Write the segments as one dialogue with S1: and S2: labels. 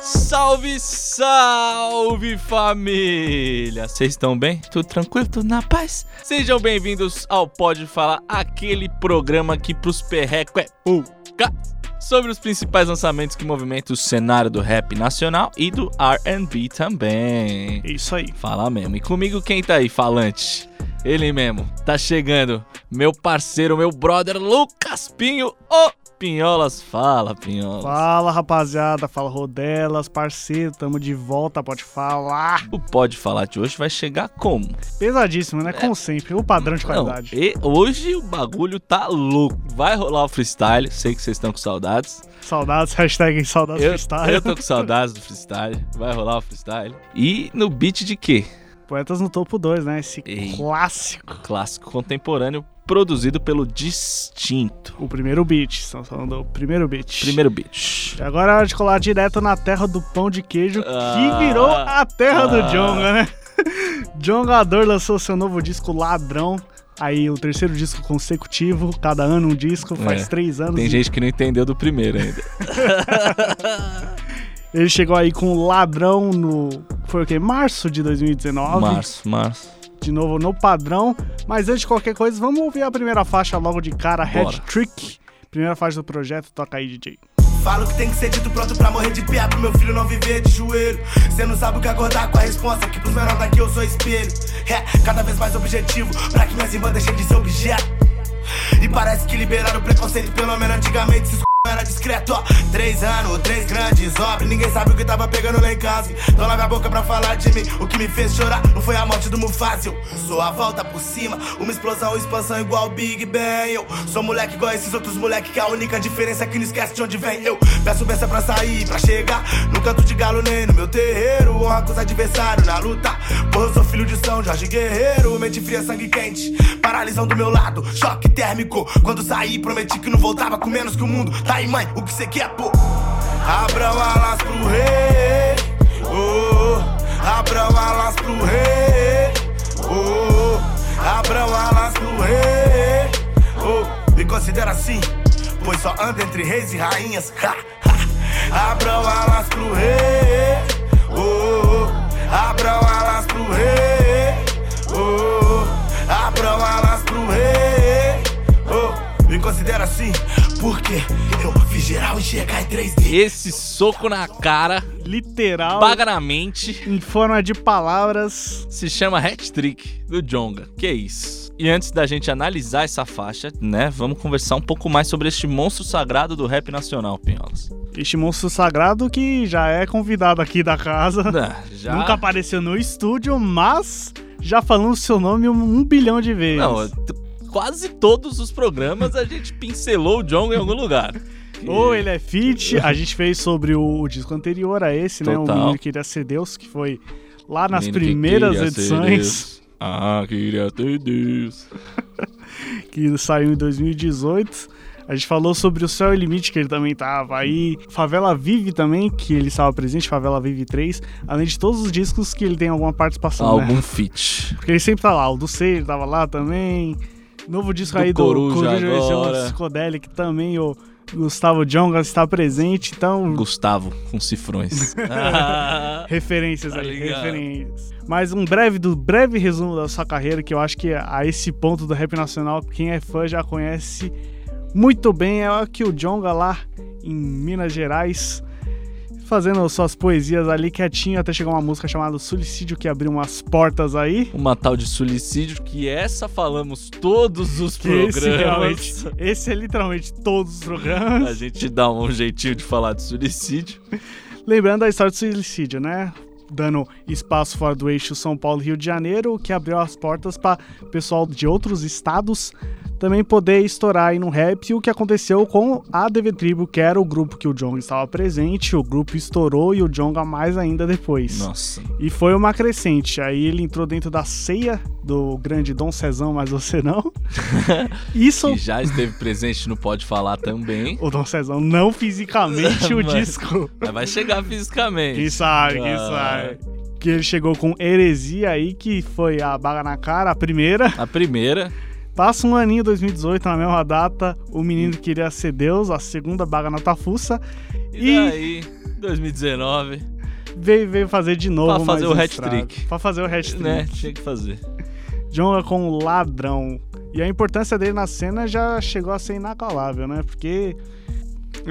S1: Salve, salve família! Vocês estão bem? Tudo tranquilo? Tudo na paz? Sejam bem-vindos ao Pode Falar, aquele programa que pros perreco é puca sobre os principais lançamentos que movimentam o cenário do rap nacional e do R&B também.
S2: É isso aí.
S1: Fala mesmo. E comigo quem tá aí, falante? Ele mesmo, tá chegando, meu parceiro, meu brother Lucas Pinho, o Pinholas. Fala, Pinholas.
S2: Fala, rapaziada. Fala, Rodelas, parceiro. Tamo de volta, pode falar.
S1: O Pode Falar de hoje vai chegar como?
S2: Pesadíssimo, né? Como sempre, o padrão de
S1: Não,
S2: qualidade.
S1: e hoje o bagulho tá louco. Vai rolar o freestyle, sei que vocês estão com saudades.
S2: Saudades, hashtag saudades
S1: Eu,
S2: freestyle.
S1: eu tô com saudades do freestyle. Vai rolar o freestyle. E no beat de quê?
S2: Poetas no Topo 2, né? Esse
S1: Ei.
S2: clássico.
S1: Clássico contemporâneo produzido pelo Distinto.
S2: O primeiro beat. Estamos falando do primeiro beat.
S1: Primeiro beat.
S2: E agora é hora de colar direto na terra do pão de queijo,
S1: Ah.
S2: que virou a terra
S1: Ah.
S2: do Jonga, né? Jongador lançou seu novo disco Ladrão. Aí o terceiro disco consecutivo, cada ano um disco, faz
S1: É.
S2: três anos.
S1: Tem
S2: e-
S1: gente que não entendeu do primeiro ainda.
S2: Ele chegou aí com o Ladrão no. Foi o quê? Março de 2019.
S1: Março, março.
S2: De novo no padrão. Mas antes de qualquer coisa, vamos ouvir a primeira faixa logo de cara,
S1: Bora.
S2: Head Trick. Primeira faixa do projeto, toca aí, DJ.
S3: Falo que tem que ser dito pronto pra morrer de pé, pro meu filho não viver de joelho. Cê não sabe o que é acordar com a resposta, que pros menores daqui eu sou espelho. É, cada vez mais objetivo, pra que minhas irmãs deixem de ser objeto. E parece que liberaram o preconceito, pelo menos antigamente se era discreto, ó. Três anos, três grandes obras. Ninguém sabe o que tava pegando lá em casa. Então lave a boca pra falar de mim. O que me fez chorar não foi a morte do Mufasa. Eu sou a volta por cima. Uma explosão, expansão igual o Big Bang. Eu sou moleque igual esses outros moleque. Que a única diferença é que não esquece de onde vem. Eu peço peça pra sair, pra chegar. No canto de galo nem no meu terreiro. Honra com os adversários na luta. Porra, eu sou filho de São Jorge Guerreiro. Mente fria, sangue quente. Paralisão do meu lado, choque térmico. Quando saí, prometi que não voltava com menos que o mundo. Tá aí, mãe, o que cê quer, pô? Abram alas pro rei. Oh, abram alas pro rei. Oh, abram alas pro rei. Oh, me considera assim, pois só anda entre reis e rainhas. Ha, ha. Abram alas pro rei. Oh, abram alas pro rei. Oh, abram alas pro rei. Oh, me considera assim, porque eu fiz geral enxergar em 3D.
S1: Esse soco na cara,
S2: Literal,
S1: baga na mente,
S2: em forma de palavras.
S1: se chama Hat Trick do Jonga. Que é isso? E antes da gente analisar essa faixa, né, vamos conversar um pouco mais sobre este monstro sagrado do rap nacional, Pinholas.
S2: Este monstro sagrado que já é convidado aqui da casa.
S1: Ah, já...
S2: Nunca apareceu no estúdio, mas já falou o seu nome um, um bilhão de vezes.
S1: Não, t- quase todos os programas a gente pincelou o Jonga em algum lugar.
S2: Ou ele é fit, a gente fez sobre o, o disco anterior a esse, né?
S1: Total.
S2: O Menino Queria Ser Deus, que foi lá nas
S1: Menino que
S2: primeiras
S1: queria ser
S2: edições, né?
S1: Deus. Ah, queria ter Deus.
S2: que saiu em 2018. A gente falou sobre o Céu é o Limite, que ele também tava aí. Favela Vive também, que ele estava presente, Favela Vive 3. Além de todos os discos que ele tem alguma participação, né?
S1: Algum feat.
S2: Porque ele sempre tá lá. O do C, ele tava lá também. Novo disco
S1: Do
S2: aí do
S1: Coruja
S2: Esse é um
S1: agora.
S2: Psicodélico também, o Gustavo Jonga está presente. Então,
S1: Gustavo com cifrões.
S2: Referências
S1: Tá
S2: ali,
S1: ligado.
S2: referências. Mas um breve do breve resumo da sua carreira, que eu acho que a esse ponto do rap nacional, quem é fã já conhece muito bem, é o que o Jonga lá em Minas Gerais, fazendo suas poesias ali quietinho, até chegar uma música chamada Suicídio, que abriu umas portas aí.
S1: Uma tal de suicídio que essa falamos todos os
S2: Que
S1: programas.
S2: esse realmente, esse é literalmente todos os programas.
S1: A gente dá um jeitinho de falar de suicídio.
S2: Lembrando a história do suicídio, né? Dando espaço fora do eixo São Paulo e Rio de Janeiro, o que abriu as portas para pessoal de outros estados também poder estourar aí no rap e o que aconteceu com a DV Tribo, que era o grupo que o Jong estava presente, o grupo estourou e o Jonga mais ainda depois.
S1: Nossa.
S2: E foi uma crescente. Aí ele entrou dentro da ceia do grande Dom Cezão, mas você não. E sol-
S1: Que já esteve presente no Pode Falar também.
S2: O Dom Cezão, não fisicamente o
S1: Mas-
S2: disco.
S1: Mas vai chegar fisicamente.
S2: Quem sabe, quem
S1: Ah.
S2: sabe. Que ele chegou com heresia aí, que foi a baga na cara, a primeira.
S1: A primeira.
S2: Passa um aninho 2018, na mesma data, o menino queria ser Deus, a segunda baga na tafuça.
S1: E,
S2: E-
S1: daí, 2019,
S2: Veio, veio fazer de novo.
S1: Pra fazer
S2: mais
S1: o
S2: um
S1: hat-trick.
S2: estrago. Pra fazer o hat-trick.
S1: né? Tinha que fazer.
S2: Jonga com o ladrão. E a importância dele na cena já chegou a ser inacalável, né? Porque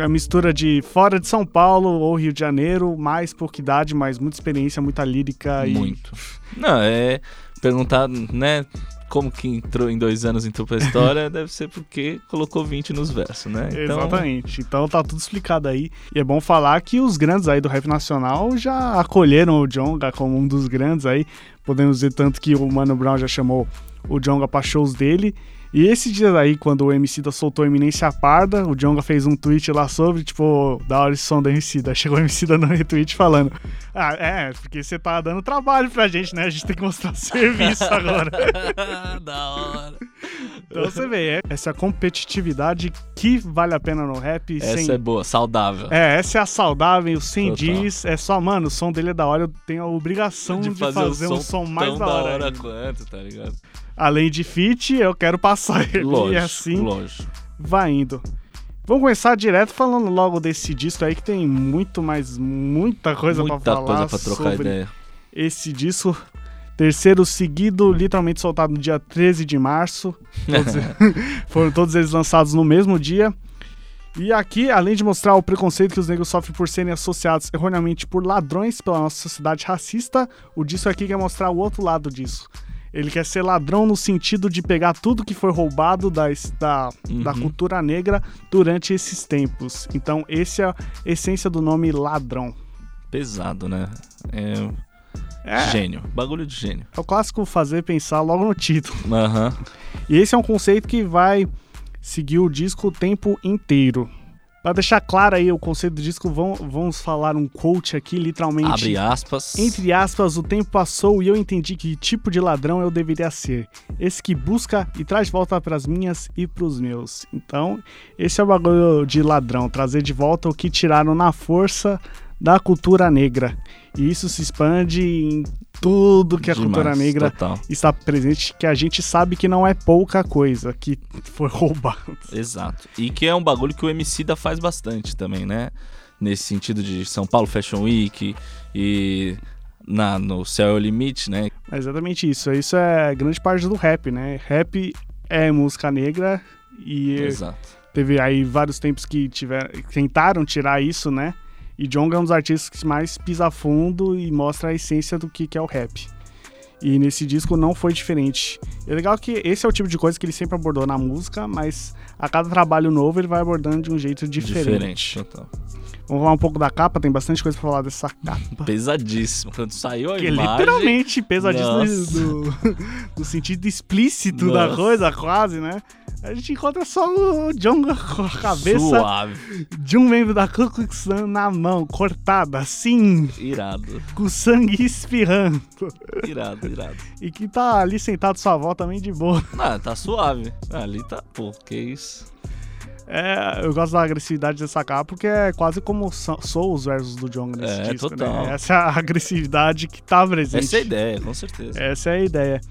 S2: a mistura de fora de São Paulo ou Rio de Janeiro, mais pouca idade, mas muita experiência, muita lírica
S1: Muito. Não, é. Perguntar, né? Como que entrou em dois anos entrou pra história, deve ser porque colocou 20 nos versos, né?
S2: e.
S1: Então,
S2: Exatamente. Então tá tudo explicado aí. E é bom falar que os grandes aí do rap nacional já acolheram o Jonga como um dos grandes aí. Podemos dizer tanto que o Mano Brown já chamou o Jonga pra shows dele. E esse dia aí, quando o MC da soltou Eminência Parda, o Jonga fez um tweet lá sobre, tipo, da hora esse som da MC da. Chegou o MC da no um retweet falando: Ah, é, porque você tá dando trabalho pra gente, né? A gente tem que mostrar serviço agora.
S1: da hora.
S2: Então você vê, é essa competitividade que vale a pena no rap.
S1: Essa
S2: sem...
S1: é boa, saudável.
S2: É, essa é a saudável, sem
S1: Total.
S2: diz. É só, mano, o som dele é da hora, eu tenho a obrigação de, fazer, um som, mais
S1: tão
S2: da hora. ainda.
S1: quanto, tá ligado?
S2: Além de feat, eu quero passar ele.
S1: Lógico,
S2: e assim
S1: lógico.
S2: vai indo. Vamos começar direto falando logo desse disco aí, que tem muito, mas muita coisa
S1: Muita
S2: pra falar.
S1: coisa pra trocar
S2: sobre
S1: ideia.
S2: Esse disco. Terceiro seguido, literalmente soltado no dia 13 de março. Todos- foram todos eles lançados no mesmo dia. E aqui, além de mostrar o preconceito que os negros sofrem por serem associados erroneamente por ladrões pela nossa sociedade racista, o disco aqui quer mostrar o outro lado disso. Ele quer ser ladrão no sentido de pegar tudo que foi roubado da, es- da, da cultura negra durante esses tempos. Então, esse é a essência do nome ladrão.
S1: Pesado, né? É...
S2: É,
S1: Gênio. Bagulho de gênio.
S2: é o clássico fazer pensar logo no título.
S1: Aham.
S2: E esse é um conceito que vai seguir o disco o tempo inteiro. Pra deixar claro aí o conceito do disco, vão- vamos falar um coach aqui, literalmente.
S1: Abre aspas.
S2: Entre aspas, o tempo passou e eu entendi que tipo de ladrão eu deveria ser. Esse que busca e traz de volta pras minhas e pros meus. Então, esse é o bagulho de ladrão, trazer de volta o que tiraram na força da cultura negra. E isso se expande em tudo que a
S1: Demais,
S2: cultura negra
S1: Total.
S2: está presente, que a gente sabe que não é pouca coisa que foi roubado.
S1: Exato. E que é um bagulho que o MC da faz bastante também, né? Nesse sentido de São Paulo Fashion Week e na, no Céu é o Limite, né?
S2: É exatamente isso. Isso é grande parte do rap, né? Rap é música negra e
S1: Exato.
S2: teve aí vários tempos que tiveram, tentaram tirar isso, né? E Jonga é um dos artistas que mais pisa fundo e mostra a essência do que que é o rap. E nesse disco não foi diferente. É legal que esse é o tipo de coisa que ele sempre abordou na música, mas a cada trabalho novo ele vai abordando de um jeito
S1: Diferente. total.
S2: Vamos falar um pouco da capa, tem bastante coisa pra falar dessa capa.
S1: Pesadíssimo. Quando saiu a
S2: Que é
S1: imagem...
S2: literalmente pesadíssimo
S1: Nossa.
S2: no, no sentido explícito da
S1: Nossa.
S2: coisa, quase, né? A gente encontra só o Jonga com a cabeça
S1: Suave.
S2: de um membro da Ku Klux Klan na mão, cortada, assim,
S1: Irado.
S2: com sangue espirrando.
S1: Irado, irado.
S2: E que tá ali sentado sua avó também de boa.
S1: Ah, tá suave. Ali tá, pô, que isso.
S2: É, eu gosto da agressividade dessa capa porque é quase como so- sou os versos do Jonga nesse
S1: É,
S2: disco,
S1: total.
S2: né? Essa é a agressividade que tá presente.
S1: Essa é a ideia, com certeza.
S2: Essa é a ideia.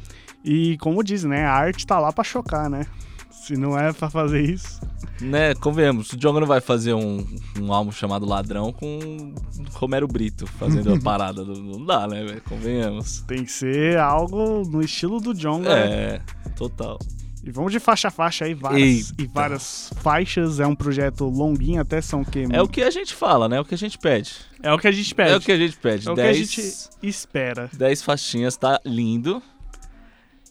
S2: E como diz, né? A arte tá lá pra chocar, né? Se não é pra fazer isso.
S1: Né, convenhamos, o Djongo não vai fazer um, um álbum chamado Ladrão com Romero Brito fazendo a parada. do- Não dá, né, velho? Convenhamos.
S2: Tem que ser algo no estilo do John, né?
S1: É, total.
S2: E vamos de faixa a faixa aí, várias. E várias faixas. É um projeto longuinho, até são o quê?
S1: É o que a gente fala, né? É o que a gente pede.
S2: é o que a gente pede.
S1: É o que a gente pede.
S2: É o que a
S1: 10,
S2: gente espera.
S1: dez faixinhas, tá lindo.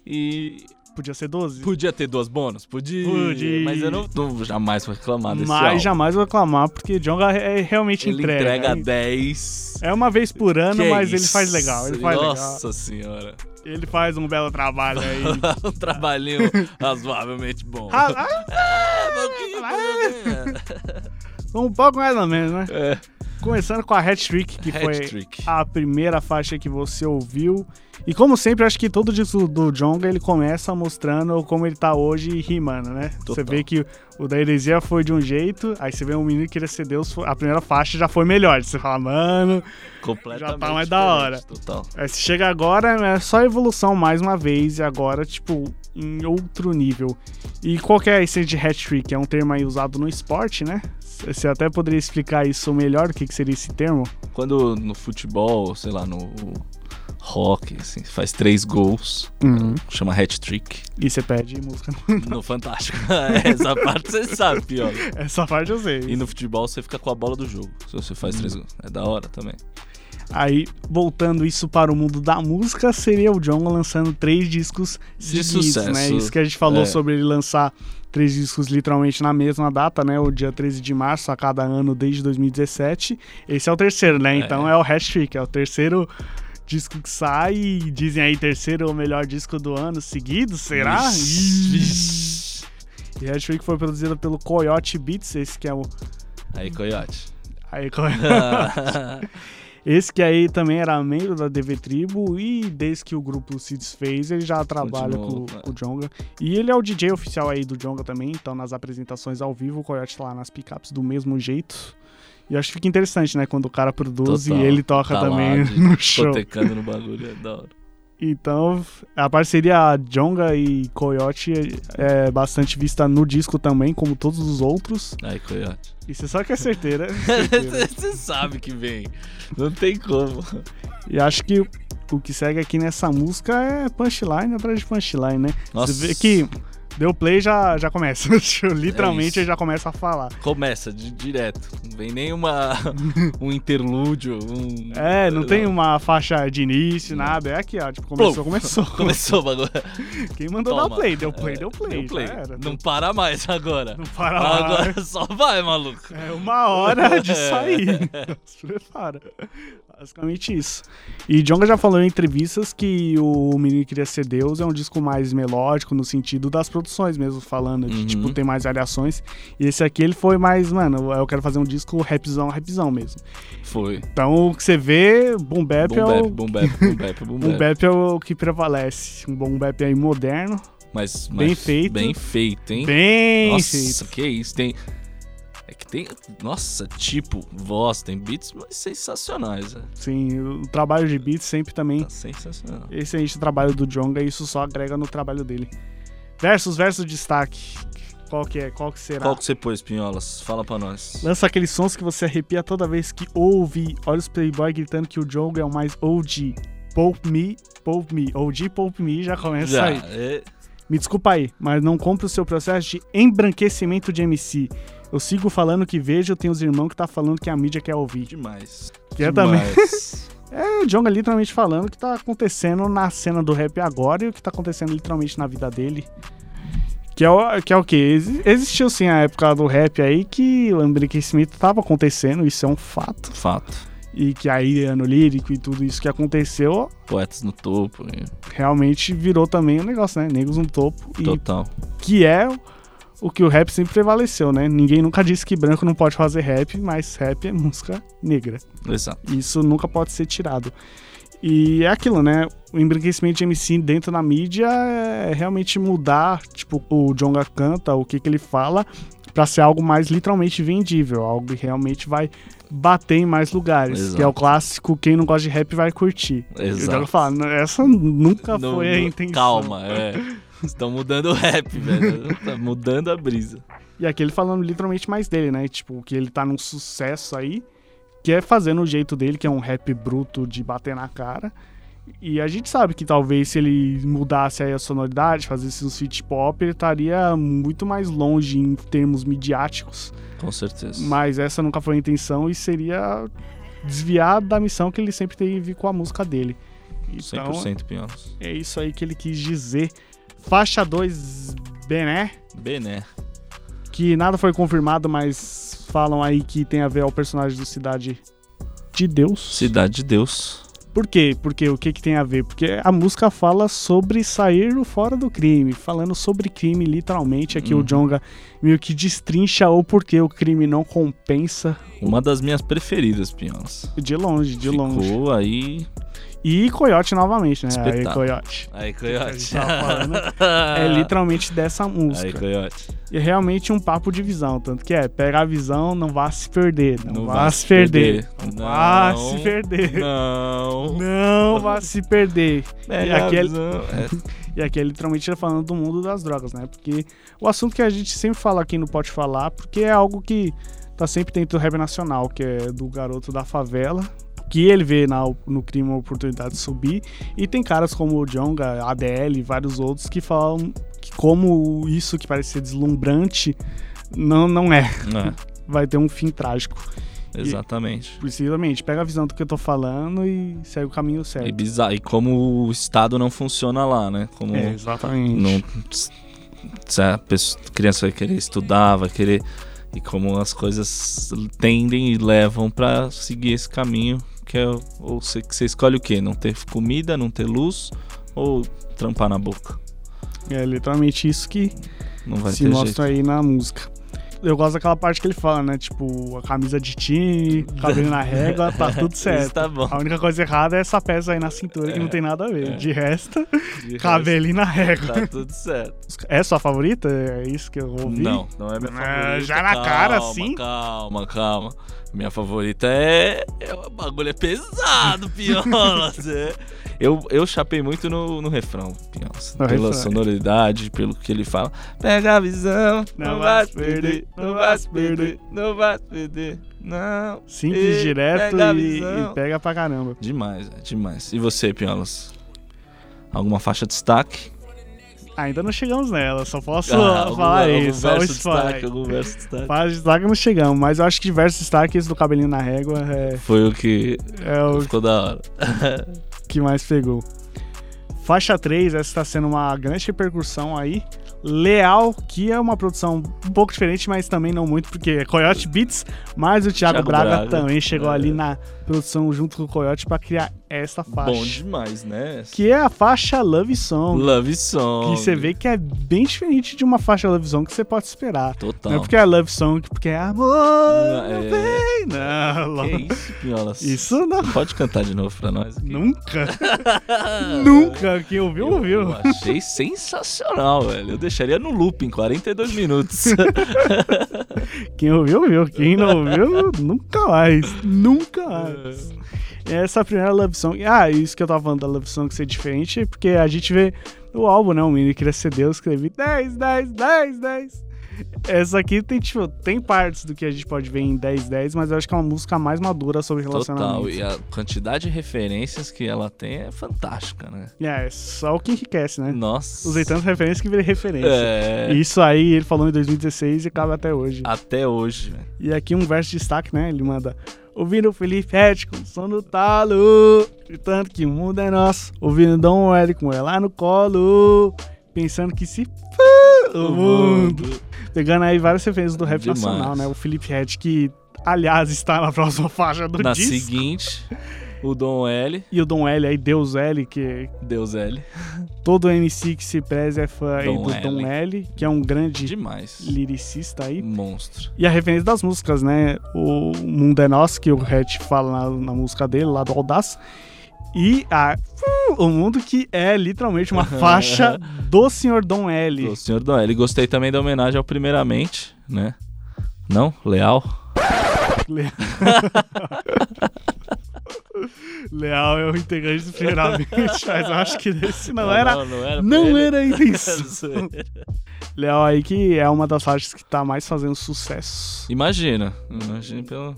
S1: E
S2: Podia ser 12?
S1: Podia ter duas bônus? Podia.
S2: Podia.
S1: Mas eu não, não- jamais vou reclamar desse álbum.
S2: Mas jamais vou reclamar, porque Jonga é realmente
S1: Ele
S2: entrega. né?
S1: entrega 10.
S2: É uma vez por ano,
S1: Que
S2: mas ele
S1: isso?
S2: faz legal. Ele faz legal.
S1: Nossa senhora.
S2: Ele faz um belo trabalho aí.
S1: um trabalhinho razoavelmente bom.
S2: Ah, ah,
S1: É, pouquinho, pouquinho.
S2: um pouco mais ou menos, né?
S1: É.
S2: Começando com a Hat Trick, que foi
S1: Hat-Trick.
S2: a primeira faixa que você ouviu. E como sempre, acho que todo disco do Jonga ele começa mostrando como ele tá hoje e rimando, né? Você vê que o da heresia foi de um jeito, aí você vê um menino que queria ser Deus, a primeira faixa já foi melhor. Você fala, mano,
S1: Completamente.
S2: Já tá mais da hora.
S1: diferente, Total.
S2: Aí você chega agora, é só evolução mais uma vez, e agora, tipo, em outro nível. E qual que é a essência de hat-trick? É um termo aí usado no esporte, né? C- Você até poderia explicar isso melhor, o que, que seria esse termo?
S1: Quando no futebol, sei lá, no rock, assim, faz três gols,
S2: Uhum.
S1: chama hat-trick.
S2: E você pede música.
S1: No Fantástico. É, Essa parte você sabe, pior.
S2: Essa parte eu sei.
S1: E no futebol você fica com a bola do jogo. Se você faz três gols. É da hora também.
S2: Aí, voltando isso para o mundo da música, seria o John lançando três discos
S1: De
S2: seguidos,
S1: sucesso.
S2: né? Isso que a gente falou
S1: É.
S2: sobre ele lançar três discos literalmente na mesma data, né? O dia 13 de março, a cada ano desde 2017. Esse é o terceiro, né? Então é o Hat Trick, é o terceiro disco que sai e dizem aí terceiro ou melhor disco do ano seguido, será?
S1: Ixi,
S2: Ih.
S1: ixi.
S2: E Hat Trick foi produzido pelo Coyote Beats, esse que é o...
S1: Aí, coiote.
S2: Aí, como é? Esse que aí também era membro da DV Tribo e desde que o grupo se desfez, ele já trabalha
S1: Continuou,
S2: com,
S1: é.
S2: com o Jonga. E ele é o DJ oficial aí do Jonga também, então nas apresentações ao vivo, o Coyote tá lá nas picapes do mesmo jeito. E acho que fica interessante, né? Quando o cara produz
S1: Total.
S2: e ele toca
S1: Tá lá
S2: também
S1: de-
S2: no show.
S1: Cotecando no bagulho, é da hora.
S2: Então, a parceria Jonga e Coyote é bastante vista no disco também, como todos os outros.
S1: Aí, coiote.
S2: E você só que é certeira. certeira.
S1: Você sabe que vem. Não tem como.
S2: E acho que o que segue aqui nessa música é punchline atrás de punchline, né?
S1: Nossa.
S2: Você vê que deu play já já começa. Tipo, Literalmente
S1: É isso.
S2: já começa a falar.
S1: Começa de, direto. Não vem nenhuma. um interlúdio. Um,
S2: É, não
S1: sei
S2: tem
S1: lá.
S2: uma faixa de início, nada. É aqui, ó. Tipo,
S1: Plum.
S2: começou, começou.
S1: Começou o bagulho.
S2: Quem mandou
S1: Toma. É,
S2: dar play? Deu play, deu play.
S1: Deu
S2: já
S1: play.
S2: era.
S1: Não para mais agora.
S2: Não para mais.
S1: agora só vai, maluco.
S2: É uma hora de sair. Se prepara. Basicamente isso. E Jonga já falou em entrevistas que o Menino Queria Ser Deus é um disco mais melódico, no sentido das produções mesmo, falando de,
S1: Uhum.
S2: tipo, tem mais variações. E esse aqui, ele foi mais, mano, eu quero fazer um disco rapzão, rapzão mesmo.
S1: Foi.
S2: Então, o que você vê, Boom Bap é
S1: Boom
S2: o...
S1: bap, boom bap, boom bap, boom
S2: Boom
S1: bap.
S2: Bap é o que prevalece. Um Boom Bap aí moderno,
S1: Mas,
S2: Bem
S1: mas
S2: feito.
S1: Bem feito, hein?
S2: bem
S1: Nossa,
S2: feito.
S1: que isso. Tem. É que tem. Nossa, tipo, voz, tem beats mas sensacionais. né?
S2: Sim, o trabalho de beats sempre também
S1: Tá sensacional.
S2: excelente é trabalho do Jonga e isso só agrega no trabalho dele. Versus, versus destaque. Qual que é? Qual que será?
S1: Qual que você pôs, Pinholas? Fala pra nós.
S2: Lança aqueles sons que você arrepia toda vez que ouve. Olha os Playboy gritando que o Jonga é o mais OG. Pope me, Pope me. OG, Pope me, já começa
S1: Já,
S2: aí.
S1: é-
S2: Me desculpa aí, mas não compro o seu processo de embranquecimento de MC. Eu sigo falando que vejo, tem os irmãos que tá falando que a mídia quer ouvir.
S1: demais.
S2: Que é também.
S1: Demais.
S2: É o Jonga literalmente falando o que tá acontecendo na cena do rap agora e o que tá acontecendo literalmente na vida dele. Que é o que? É o quê? Exi- Existiu sim a época do rap aí que o embranquecimento tava acontecendo, isso é um fato.
S1: Fato.
S2: E que aí ano lírico e tudo isso que aconteceu
S1: Poetas no topo, né?
S2: realmente virou também um negócio, né? Negros no topo. E
S1: total.
S2: que é o que o rap sempre prevaleceu, né? Ninguém nunca disse que branco não pode fazer rap, mas rap é música negra.
S1: Exato.
S2: Isso nunca pode ser tirado. E é aquilo, né? O embranquecimento de MC dentro da mídia é realmente mudar, tipo, o Jonga canta, o que, que ele fala, pra ser algo mais literalmente vendível, algo que realmente vai bater em mais lugares.
S1: Exato.
S2: Que é o clássico, quem não gosta de rap vai curtir. E o Jonga
S1: Exato.
S2: fala, "Não, né? essa nunca
S1: Não-
S2: foi a
S1: não-
S2: intenção.
S1: Calma, é. Estão mudando o rap, velho. Tá mudando a brisa.
S2: E aqui ele falando literalmente mais dele, né? Tipo, que ele tá num sucesso aí, que é fazendo o jeito dele, que é um rap bruto de bater na cara. E a gente sabe que talvez se ele mudasse aí a sonoridade, fazesse um switch pop, ele estaria muito mais longe em termos midiáticos.
S1: Com certeza.
S2: Mas essa nunca foi a intenção e seria desviar da missão que ele sempre teve com a música dele. Então,
S1: 100% Pinholas.
S2: é isso aí que ele quis dizer Faixa né? 2 Bené,
S1: Bené.
S2: que nada foi confirmado, mas falam aí que tem a ver ao personagem do Cidade de Deus.
S1: Cidade de Deus.
S2: Por quê? Porque o que, que tem a ver? Porque a música fala sobre sair o fora do crime, falando sobre crime, literalmente. Aqui o Jonga meio que destrincha o porquê o crime não compensa
S1: Uma das minhas preferidas, Pinholas.
S2: de longe, de
S1: Ficou
S2: longe.
S1: aí.
S2: E Coyote novamente, né? Aí
S1: Espetáculo.
S2: Coyote.
S1: Aí,
S2: A gente
S1: coiote.
S2: tava falando, é literalmente dessa
S1: Aí,
S2: música.
S1: coiote.
S2: E é realmente um papo de visão, tanto que é, pega a visão, não vá se perder, não, vá, se perder. Não vá se perder.
S1: Não.
S2: Não vá se perder.
S1: É,
S2: E aquele-
S1: não. É,
S2: E aqui é literalmente ele falando do mundo das drogas, né? Porque o assunto que a gente sempre fala aqui no Pode Falar, porque é algo que tá sempre dentro do rap nacional, que é do garoto da favela, que ele vê na- no crime uma oportunidade de subir. E tem caras como o Jonga, ADL e vários outros que falam que como isso que parece ser deslumbrante, não, não é.
S1: não,
S2: Vai ter um fim trágico.
S1: É, exatamente.
S2: Precisamente, pega a visão do que eu tô falando e segue o caminho
S1: E,
S2: certo.
S1: bizarro, e como o Estado não funciona lá, né? Como
S2: É, exatamente.
S1: não, se a pessoa- a criança vai querer estudar, vai querer. E como as coisas tendem e levam pra seguir esse caminho, que é o- ou você, que você escolhe o quê? Não ter comida, não ter luz ou trampar na boca.
S2: É literalmente isso que
S1: Não vai
S2: se
S1: ter
S2: mostra aí na música. Eu gosto daquela parte que ele fala, né? Tipo, a camisa de time, cabelo na régua, tá tudo
S1: jeito.
S2: certo.
S1: tá bom. É,
S2: A única coisa errada é essa peça aí na cintura que não tem nada a ver. De resto,
S1: De
S2: cabelinho na régua.
S1: resto, Tá tudo certo.
S2: É sua favorita? É isso que eu ouvi?
S1: Não, não é minha
S2: Ah,
S1: favorita.
S2: já na
S1: calma,
S2: cara, assim?
S1: Calma, calma. Minha favorita é. é o bagulho é pesado, Piolas. é. Eu, eu chapei muito no, no refrão, Piolas.
S2: No
S1: Pela
S2: refrão.
S1: sonoridade, pelo que ele fala. Pega a visão, não, vai se perder, não vai se perder, não vai se perder, não.
S2: Simples,
S1: E
S2: direto
S1: pega a
S2: e,
S1: visão.
S2: e pega pra caramba.
S1: Demais, é, demais. E você, Piolas? Alguma faixa de destaque?
S2: Ainda não chegamos nela, só posso
S1: Ah, algum-
S2: falar
S1: algum
S2: isso. Só o
S1: verso de
S2: spoiler.
S1: destaque, algum verso de destaque.
S2: Faz destaque não chegamos, mas eu acho que diversos destaques do cabelinho na régua é,
S1: Foi o que
S2: é o
S1: ficou da hora.
S2: que mais pegou. Faixa 3, essa está sendo uma grande repercussão aí. Leal, que é uma produção um pouco diferente, mas também não muito, porque é Coyote Beats, mas o Thiago,
S1: Thiago
S2: Braga,
S1: Braga.
S2: também chegou
S1: É.
S2: ali na produção junto com o Coyote para criar essa
S1: É Bom
S2: faixa.
S1: demais, né?
S2: que é a faixa Love Song,
S1: Love Song.
S2: que você vê que é bem diferente de uma faixa Love Song que você pode esperar.
S1: Total.
S2: Não é porque é Love Song, porque é amor,
S1: Não,
S2: meu
S1: é.
S2: bem. Não,
S1: Que isso, Pinholas?
S2: isso não.
S1: Pode cantar de novo pra nós aqui?
S2: Nunca. Nunca. Quem ouviu, ouviu.
S1: Eu achei sensacional, velho. Eu deixaria no loop em 42 minutos.
S2: Quem ouviu, ouviu. Quem não ouviu, nunca mais. Nunca mais. Essa é a primeira Love Song. Ah, isso que eu tava falando da Love Song ser diferente, porque a gente vê o álbum, né? O menino queria ser Deus, escrevi 10, 10, 10, 10. Essa aqui tem, tipo, tem partes do que a gente pode ver em 10, 10, mas eu acho que é uma música mais madura sobre relacionamento.
S1: Total. E a quantidade de referências que ela tem é fantástica, né?
S2: É, é só o que enriquece, né?
S1: Nossa.
S2: Usei tantas referências que virei referência.
S1: É.
S2: Isso aí ele falou em 2016 e acaba até hoje.
S1: Até hoje, velho.
S2: E aqui um verso de destaque, né? Ele manda: Ouvindo o Felipe Red com som no talo, gritando que o mundo é nosso. Ouvindo Dom L com ela no colo, pensando que se. f- O mundo. Pegando aí várias referências do rap
S1: Demais.
S2: nacional, né? O Felipe Red, que aliás está na próxima faixa do
S1: Na
S2: disco.
S1: seguinte, o Dom L,
S2: E o Dom L aí, Deus L, que
S1: Deus L.
S2: todo MC que se preze é fã aí
S1: Dom
S2: do
S1: L.
S2: Dom L, que é um grande
S1: Demais.
S2: liricista aí.
S1: Monstro.
S2: E a referência das músicas, né? O Mundo é Nosso, que o Hatch fala na, na música dele, lá do Audaz. E a, o Mundo, que é literalmente uma faixa do Sr. Dom L.
S1: O senhor Dom L. Gostei também da homenagem ao Primeiramente, né? Não? Leal?
S2: Le- Leal é o integrante do primeiramente, mas eu acho que esse não era.
S1: não era.
S2: Não era
S1: pra
S2: isso.
S1: zoeira.
S2: Leal aí que é uma das faixas que tá mais fazendo sucesso.
S1: Imagina. Imagina pelo.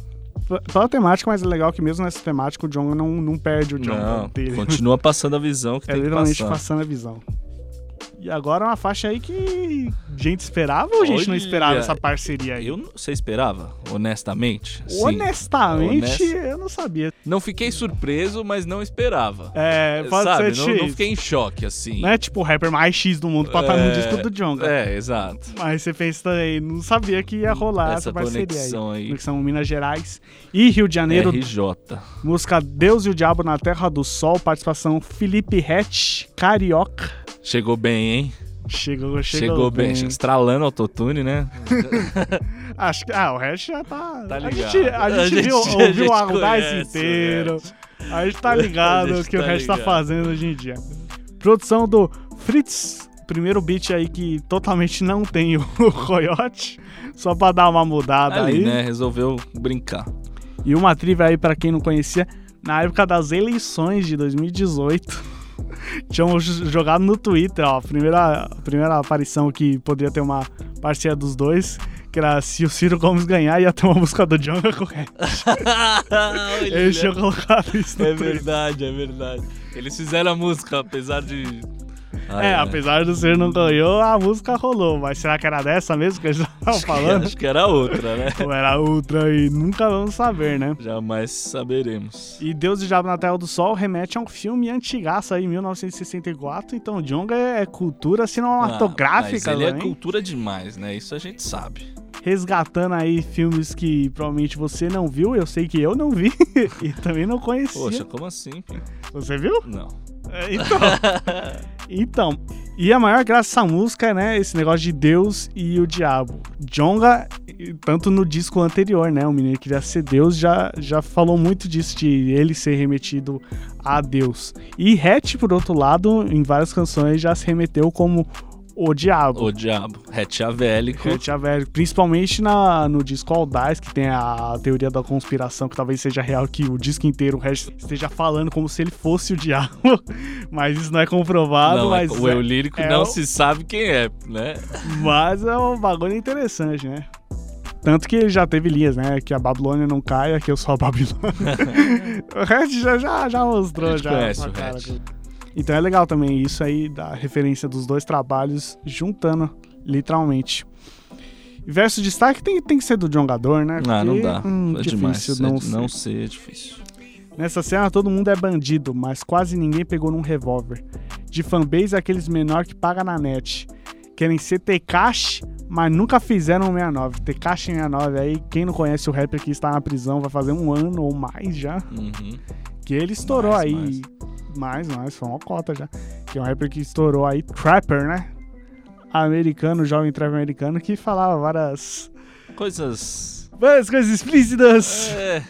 S2: P- Pela temática, mas é legal que mesmo nessa temática o John não, não perde o John
S1: Não,
S2: dele.
S1: continua passando a visão que
S2: É
S1: tem que
S2: literalmente
S1: passar.
S2: passando a visão. E agora é uma faixa aí que gente esperava ou a gente não
S1: Olha,
S2: esperava essa parceria aí?
S1: Eu não você esperava, honestamente. Sim.
S2: Honestamente,
S1: Honest-
S2: eu não sabia.
S1: Não fiquei surpreso, mas não esperava.
S2: É, pode
S1: Sabe,
S2: ser
S1: não,
S2: X.
S1: não fiquei em choque, assim.
S2: Não é tipo o rapper mais X do mundo pra estar no
S1: É,
S2: disco do Jonga.
S1: É, exato.
S2: Mas você pensa também, não sabia que ia rolar essa,
S1: Essa
S2: parceria
S1: conexão
S2: aí.
S1: aí. É,
S2: Conexão Minas Gerais e Rio de Janeiro.
S1: RJ.
S2: Música Deus e o Diabo na Terra do Sol. Participação Felipe Hatch, Carioca.
S1: Chegou bem, hein?
S2: Chegou, chegou.
S1: Chegou, bem. Estralando o autotune, né?
S2: Acho que. Ah, o Hatch já tá.
S1: Tá
S2: a
S1: ligado.
S2: gente, a
S1: A
S2: gente,
S1: gente-
S2: viu,
S1: a
S2: ouviu
S1: gente
S2: o Arrudais
S1: conhece o
S2: inteiro. A gente tá ligado
S1: A
S2: o
S1: gente
S2: que o
S1: tá
S2: Hatch tá
S1: ligado.
S2: fazendo hoje em dia. Produção do Fritz. Primeiro beat aí que totalmente não tem o Coyote. Só pra dar uma mudada
S1: Ali,
S2: aí.
S1: né? Resolveu brincar.
S2: E uma trilha aí, pra quem não conhecia, na época das eleições de 2018. Tinham j- jogado no Twitter, ó, a primeira, a primeira aparição que poderia ter uma parceria dos dois, que era se o Ciro Gomes ganhar, ia ter uma música do John correto.
S1: Olha.
S2: Eles tinham colocado isso no
S1: É
S2: Twitter.
S1: verdade, é verdade. Eles fizeram a música, apesar de. Ah,
S2: É, apesar do Ciro não ganhou, a música rolou. Mas será que era dessa mesmo que eles estavam
S1: Acho que-
S2: falando?
S1: Acho que era outra, né?
S2: Ou era outra e nunca vamos saber, né?
S1: Jamais saberemos.
S2: E Deus e o Diabo na Terra do Sol remete a um filme antigaço aí, 1964. Então, Jonga é cultura cinematográfica,
S1: Ah, mas ele é
S2: também,
S1: cultura demais, né? Isso a gente sabe.
S2: Resgatando aí filmes que provavelmente você não viu, eu sei que eu não vi e também não conhecia.
S1: Poxa, como assim? pô?
S2: Você viu?
S1: Não.
S2: É, Então. então. E a maior graça dessa música é, né, esse negócio de Deus e o diabo. Jonga, e- tanto no disco anterior, né, o menino que queria ser Deus, já, já falou muito disso, de ele ser remetido a Deus. E Hatch, por outro lado, em várias canções já se remeteu como o diabo.
S1: O diabo. É Retiavélico.
S2: Hatch é velho, principalmente na, no disco All Dice, que tem a teoria da conspiração, que talvez seja real que o disco inteiro o resto esteja falando como se ele fosse o diabo. Mas isso não é comprovado,
S1: Não, é-
S2: mas,
S1: o eu lírico
S2: é
S1: não
S2: o-
S1: se sabe quem é, né?
S2: mas é um bagulho interessante, né? Tanto que ele já teve linhas, né? Que a Babilônia não caia, que eu sou a Babilônia. o Hatch já, já, já mostrou,
S1: A gente
S2: já.
S1: conhece
S2: essa
S1: o
S2: cara.
S1: Hatch.
S2: Então é legal também isso aí, da referência dos dois trabalhos juntando, literalmente. Verso destaque tem, tem que ser do Jongador, né?
S1: Ah, não
S2: Porque,
S1: dá.
S2: hum,
S1: é
S2: difícil
S1: demais.
S2: não,
S1: é,
S2: ser.
S1: não ser é difícil.
S2: Nessa cena todo mundo é bandido, mas quase ninguém pegou num revólver. De fanbase aqueles menor que paga na net. Querem ser Tekashi, mas nunca fizeram um 69. Tekashi 69 aí, quem não conhece o rapper que está na prisão vai fazer um ano ou mais já.
S1: Uhum.
S2: Que ele estourou
S1: Mais,
S2: aí. Mais. mais, foi uma cota já. Que é um rapper que estourou aí, trapper, né? Americano, jovem trapper americano, que falava várias,
S1: Coisas.
S2: várias coisas explícitas.
S1: É,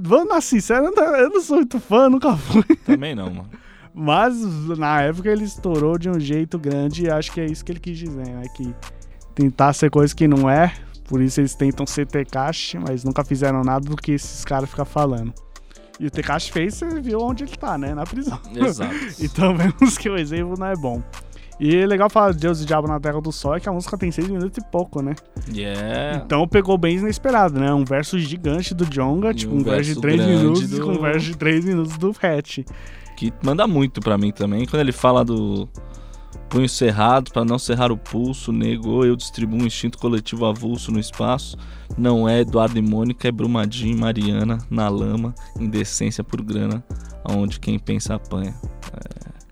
S2: Vamos na sincera, eu não- eu não sou muito fã, nunca fui.
S1: também não, mano.
S2: Mas na época ele estourou de um jeito grande e acho que é isso que ele quis dizer, né? Que tentar ser coisa que não é, por isso eles tentam ser Tekashi, mas nunca fizeram nada do que esses caras ficam falando. E o Tekashi fez, você viu onde ele tá, né? Na prisão.
S1: Exato.
S2: Então vemos que o exemplo não é bom. E é legal falar de Deus e o Diabo na Terra do Sol é que a música tem seis minutos e pouco, né?
S1: E é.
S2: Então pegou bem inesperado, né? Um verso gigante do Jonga,
S1: E
S2: tipo
S1: um
S2: um, verso de
S1: verso
S2: 3
S1: grande
S2: minutos
S1: do-
S2: com um verso de 3 minutos do Hatch.
S1: que manda muito pra mim também. Quando ele fala do punho cerrado pra não cerrar o pulso, nego, eu distribuo um instinto coletivo avulso no espaço. Não é Eduardo e Mônica, é Brumadinho e Mariana na lama, indecência por grana, aonde quem pensa apanha.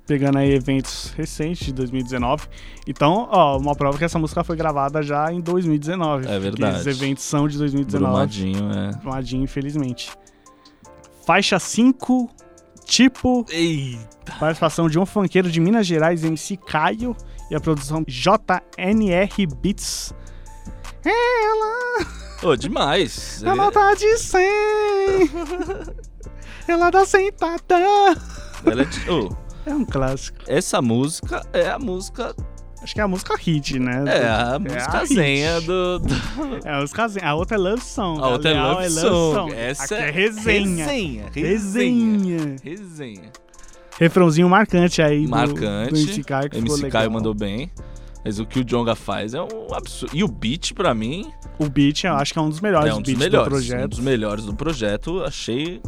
S2: Pegando aí eventos recentes de 2019. Então, ó, uma prova que essa música foi gravada já em 2019.
S1: É
S2: porque
S1: verdade.
S2: Esses eventos são de 2019.
S1: Brumadinho é.
S2: Brumadinho, infelizmente. Faixa 5, tipo
S1: Eita!
S2: Participação de um funkeiro de Minas Gerais, MC Caio, e a produção JNR Beats. Ela,
S1: é- Ô, demais! é-
S2: ela
S1: Ele-
S2: tá de 100, ela tá sentada.
S1: ela é de- Ô,
S2: É um clássico.
S1: essa música é a música.
S2: Acho que é a música hit, né?
S1: É a música
S2: hit.
S1: zenha do. do-
S2: É a música zen. A outra é Love Song.
S1: A outra é
S2: Leal
S1: Love Song.
S2: Aqui
S1: Essa
S2: é resenha.
S1: Resenha. Resenha.
S2: Resenha.
S1: resenha.
S2: Refrãozinho marcante aí do-
S1: marcante.
S2: do, MC Caio, que ficou
S1: MC
S2: legal.
S1: Caio mandou bem. Mas o que o Jonga faz é um absurdo. E o beat, pra mim,
S2: O beat, eu acho que é um dos melhores
S1: é um dos
S2: beats
S1: melhores.
S2: do projeto.
S1: Um dos melhores do projeto. Achei.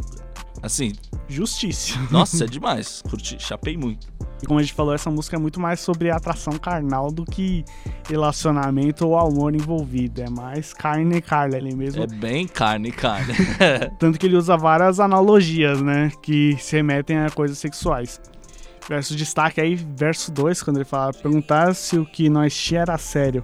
S1: Assim,
S2: Justiça.
S1: nossa, é demais. Curti, chapei muito.
S2: Como a gente falou, essa música é muito mais sobre atração carnal do que relacionamento ou amor envolvido. É mais carne e carne ali mesmo.
S1: É bem carne, carne.
S2: Tanto que ele usa várias analogias, né? Que se remetem a coisas sexuais. Verso destaque aí, verso 2, quando ele fala: perguntar se o que nós tinha era sério.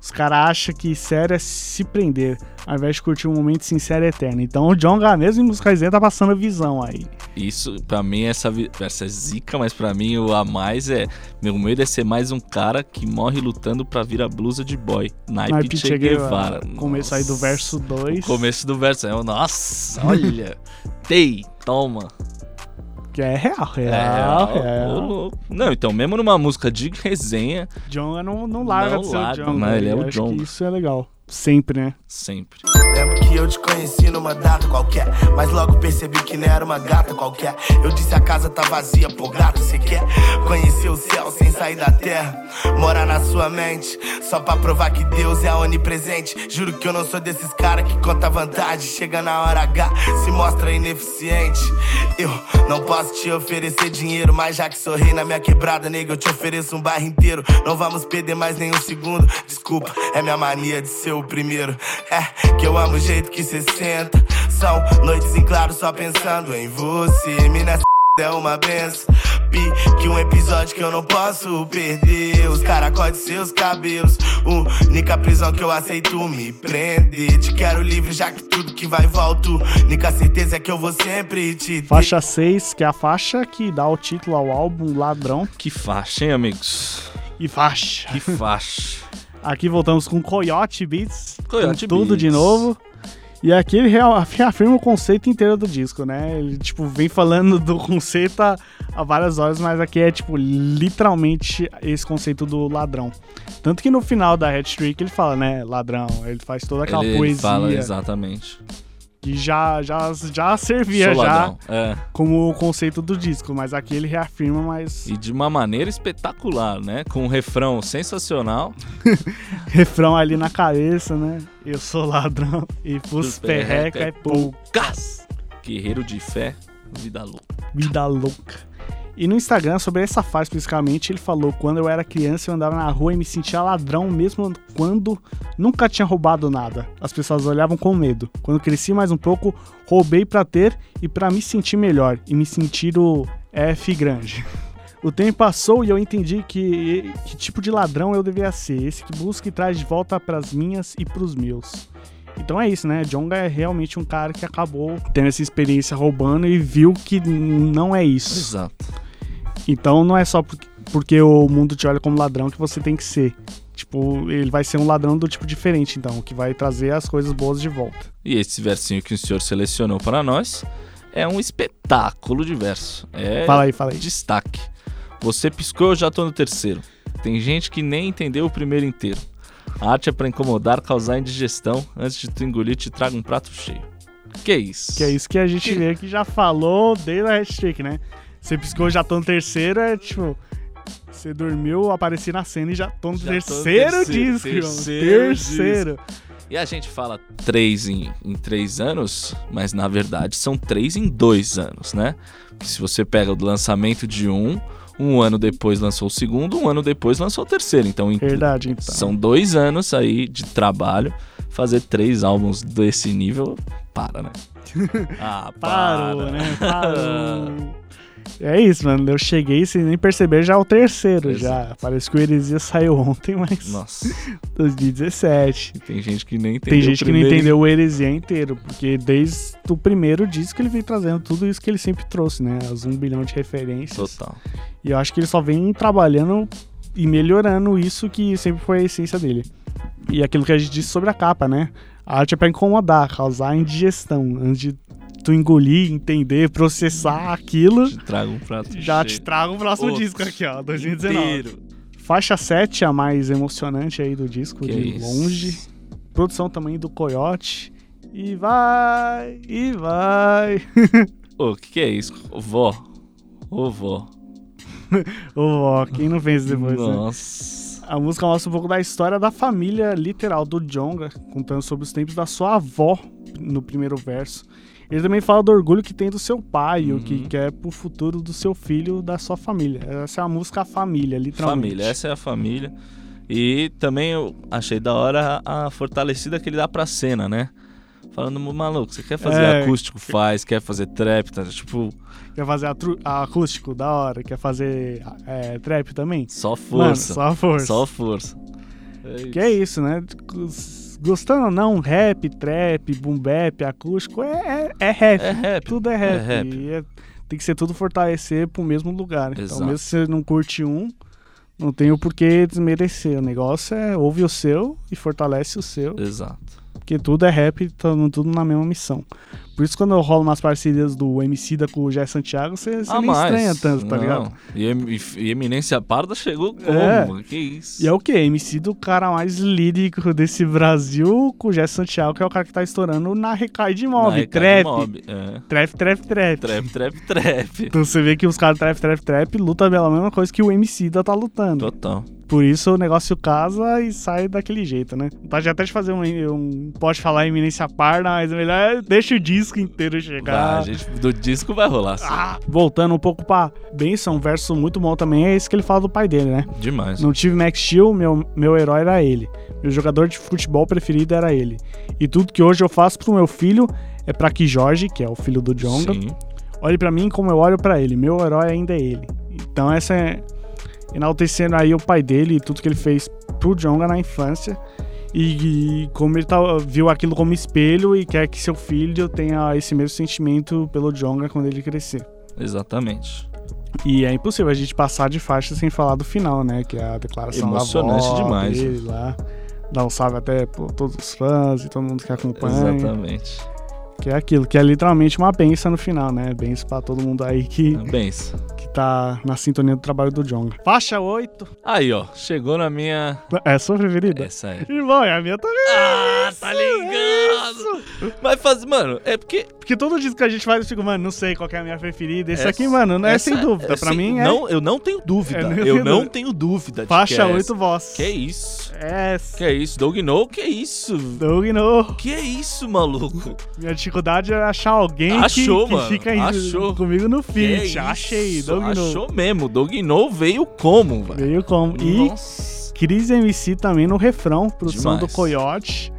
S2: Os caras acham que sério é se prender, ao invés de curtir um momento sincero e eterno. Então o Jonga, mesmo em música resenha, tá passando a visão aí.
S1: Isso, pra mim, essa, vi- essa é zica, mas pra mim o a mais é. Meu medo é ser mais um cara que morre lutando pra vir a blusa de boy. Naipe
S2: Naipe
S1: Che Guevara.
S2: Começo aí do
S1: Nossa.
S2: verso 2.
S1: O começo do verso. é o- Nossa, olha. Tei, toma.
S2: Que é real,
S1: ó,
S2: real,
S1: é, ô,
S2: real.
S1: louco. Não, então, mesmo numa música de resenha,
S2: Jonga não, não larga
S1: Não
S2: de ser
S1: larga,
S2: o Jonga.
S1: mas ele é
S2: eu
S1: o
S2: acho
S1: Djonga.
S2: que isso é legal. Sempre, né?
S1: sempre.
S3: Lembro que eu te conheci numa data qualquer, mas logo percebi que não era uma gata qualquer. Eu disse a casa tá vazia, pô gato, cê quer conhecer o céu sem sair da terra, morar na sua mente, só pra provar que Deus é onipresente. Juro que eu não sou desses cara que conta vantagem, chega na hora H, se mostra ineficiente. Eu não posso te oferecer dinheiro, mas já que sou rei na minha quebrada, nega, eu te ofereço um bairro inteiro. Não vamos perder mais nenhum segundo. Desculpa, é minha mania de ser o primeiro. É que eu amo o jeito que cê senta. São noites em claro só pensando em você. Minas é uma benção. Pique um episódio que eu não posso perder. Os caracotes seus cabelos. Única prisão que eu aceito me prende. Te quero livre já que tudo que vai e volta. Única certeza é que eu vou sempre te ter.
S2: Faixa 6, que é a faixa que dá o título ao álbum Ladrão.
S1: Que faixa, hein, amigos?
S2: E faixa.
S1: Que faixa.
S2: Aqui voltamos com Coyote Beats.
S1: Coyote
S2: com tudo
S1: Beats.
S2: de novo. E aqui ele rea- reafirma o conceito inteiro do disco, né? Ele, tipo, vem falando do conceito há, há várias horas, mas aqui é, tipo, literalmente esse conceito do ladrão. Tanto que no final da Hat Trick ele fala, né, ladrão. Ele faz toda aquela
S1: Ele
S2: poesia
S1: fala exatamente.
S2: que já, já, já servia
S1: Sou
S2: já
S1: ladrão. É.
S2: como o conceito do disco, mas aqui ele reafirma, mas
S1: E de uma maneira espetacular, né? Com um refrão sensacional.
S2: refrão ali na cabeça, né? Eu sou ladrão e pros perreca é pouco.
S1: poucas. Guerreiro de fé, vida louca.
S2: Vida louca. E no Instagram, sobre essa fase especificamente, ele falou: quando eu era criança, eu andava na rua e me sentia ladrão, mesmo quando nunca tinha roubado nada. As pessoas olhavam com medo. Quando cresci mais um pouco, roubei pra ter e pra me sentir melhor e me sentir o F grande. O tempo passou e eu entendi que que tipo de ladrão eu devia ser, esse que busca e traz de volta pras minhas e pros meus. Então é isso, né? Jonga é realmente um cara que acabou tendo essa experiência roubando e viu que não é isso.
S1: Exato.
S2: Então não é só porque, porque o mundo te olha como ladrão que você tem que ser. Tipo, ele vai ser um ladrão do tipo diferente, então, que vai trazer as coisas boas de volta.
S1: E esse versinho que o senhor selecionou para nós é um espetáculo de verso. É
S2: Fala aí, fala aí.
S1: destaque. Você piscou, eu já tô no terceiro. Tem gente que nem entendeu o primeiro inteiro. A arte é pra incomodar, causar indigestão. Antes de tu engolir, te traga um prato cheio. Que isso?
S2: Que é isso que a gente vê que já falou desde a hashtag, né? Você piscou, já tô no terceiro, é tipo. Você dormiu, apareci na cena e já tô no
S1: Já tô no
S2: terceiro,
S1: terceiro-
S2: disco, irmão.
S1: terceiro disco.
S2: terceiro.
S1: E a gente fala três em, em três anos, mas na verdade são três em dois anos, né? Porque se você pega o lançamento de um, um ano depois lançou o segundo, um ano depois lançou o terceiro. Então, em-
S2: Verdade, então.
S1: são dois anos aí de trabalho. Fazer três álbuns desse nível, para, né? Ah, para.
S2: Parou, né? Parou. É isso, mano. Eu cheguei sem nem perceber já é o terceiro
S1: é.
S2: já. Parece que o Heresia saiu ontem, mas
S1: Nossa,
S2: 2017.
S1: tem gente que nem entendeu.
S2: Tem
S1: o
S2: gente que não
S1: primeiro.
S2: entendeu o Heresia inteiro, porque desde o primeiro disco ele vem trazendo tudo isso que ele sempre trouxe, né? As um bilhão de referências.
S1: Total.
S2: E eu acho que ele só vem trabalhando e melhorando isso que sempre foi a essência dele. E aquilo que a gente disse sobre a capa, né? A arte é pra incomodar, causar indigestão. Antes de tu engolir, entender, processar aquilo,
S1: Te trago um prato
S2: já te
S1: cheio.
S2: trago o próximo
S1: Outro
S2: disco aqui, ó, 2019.
S1: Inteiro.
S2: Faixa 7, a mais emocionante aí do disco,
S1: Que
S2: de
S1: isso.
S2: longe. Produção também do Coyote. E vai, e vai.
S1: Ô, o que, que é isso? Vó. Ô, vó.
S2: Ô, ó, quem não fez depois, né?
S1: Nossa.
S2: A música mostra um pouco da história da família literal do Jonga, contando sobre os tempos da sua avó, no primeiro verso. Ele também fala do orgulho que tem do seu pai, o
S1: Uhum.
S2: que quer pro futuro do seu filho, da sua família. Essa é a música família, literalmente.
S1: Família, essa é a família. E também eu achei da hora a a fortalecida que ele dá pra cena, né? Falando, maluco, você quer fazer
S2: É.
S1: acústico? Faz, quer fazer trap, tá? tipo,
S2: Quer fazer atru- acústico, da hora. Quer fazer é, trap também?
S1: só
S2: Mano,
S1: força.
S2: só força.
S1: Só força.
S2: Que é isso, né? Gostando ou não, rap, trap, boom bap, acústico, é, é, é rap.
S1: É rap.
S2: Tudo é rap.
S1: É rap.
S2: E é- tem que ser tudo fortalecer pro mesmo lugar.
S1: Exato.
S2: Então, mesmo se você não curte um, não tem o porquê desmerecer. O negócio é ouve o seu e fortalece o seu.
S1: Exato.
S2: Porque tudo é rap, estamos tudo na mesma missão. Por isso, quando eu rolo umas parcerias do MC da com o Jé Santiago, você, você
S1: Ah,
S2: nem
S1: mas-
S2: estranha tanto, tá
S1: não.
S2: ligado?
S1: E, em- e- e Eminência Parda chegou como?
S2: É.
S1: Que isso?
S2: E é o quê? MC do cara mais lírico desse Brasil, com o Jé Santiago, que é o cara que tá estourando na Recaide
S1: Na
S2: Mob.
S1: Recade
S2: Trap,
S1: Mob, é.
S2: trap, trap, trap.
S1: Trap, trap, trap.
S2: Então você vê que os caras trap, trap, trap lutam pela mesma coisa que o MC da tá lutando.
S1: Total.
S2: Por isso o negócio casa e sai daquele jeito, né? Vontade de até de fazer um, um- Pode falar eminência parda, mas é melhor deixa o disco inteiro
S1: Vai,
S2: chegar.
S1: gente, do disco vai rolar. assim.
S2: Ah, voltando um pouco pra Benção, um verso muito bom também, é esse que ele fala do pai dele, né?
S1: Demais.
S2: Não tive Max Steel, meu, meu herói era ele. Meu jogador de futebol preferido era ele. E tudo que hoje eu faço pro meu filho é pra que Jorge, que é o filho do Jonga,
S1: Sim.
S2: olhe pra mim como eu olho pra ele. Meu herói ainda é ele. Então essa é enaltecendo aí o pai dele e tudo que ele fez pro Jonga na infância. E, e como ele tá, viu aquilo como espelho e quer que seu filho tenha esse mesmo sentimento pelo Jonga quando ele crescer.
S1: Exatamente.
S2: E é impossível a gente passar de faixa sem falar do final, né? Que é a declaração
S1: Emocionante
S2: da avó
S1: demais,
S2: dele lá. Dá um salve até pra todos os fãs e todo mundo que acompanha.
S1: Exatamente.
S2: Que é aquilo, que é literalmente uma benção no final, né? Benção pra todo mundo aí que,
S1: É. Parabéns.
S2: que tá na sintonia do trabalho do Jonga. Faixa 8.
S1: Aí, ó. Chegou na minha.
S2: É a sua preferida?
S1: Essa aí.
S2: Irmão, é a minha também.
S1: Ah, tá
S2: ligado.
S1: Mas faz. Mano, é porque.
S2: Porque todo disco que a gente faz, eu fico, mano, não sei qual que é a minha preferida. Esse
S1: essa-
S2: aqui, mano, não é
S1: essa-
S2: sem dúvida. pra
S1: sem-
S2: mim é
S1: Não, eu não tenho dúvida.
S2: É, não
S1: eu
S2: tenho
S1: não
S2: dúvida.
S1: tenho dúvida. de que
S2: faixa
S1: é
S2: 8
S1: essa.
S2: voz.
S1: Que isso?
S2: Essa.
S1: Que é isso? Doug No, que isso?
S2: Doug no.
S1: Que é isso, maluco?
S2: Minha dificuldade é achar alguém que-
S1: Achou,
S2: que,
S1: mano.
S2: fica aí
S1: Achou.
S2: comigo no
S1: Que é
S2: feed.
S1: isso?
S2: Achei, dominou.
S1: Achou mesmo. Doug No veio como, velho?
S2: Veio como. E
S1: Nossa.
S2: Cris MC também no refrão, pro som do
S1: Demais.
S2: Coyote.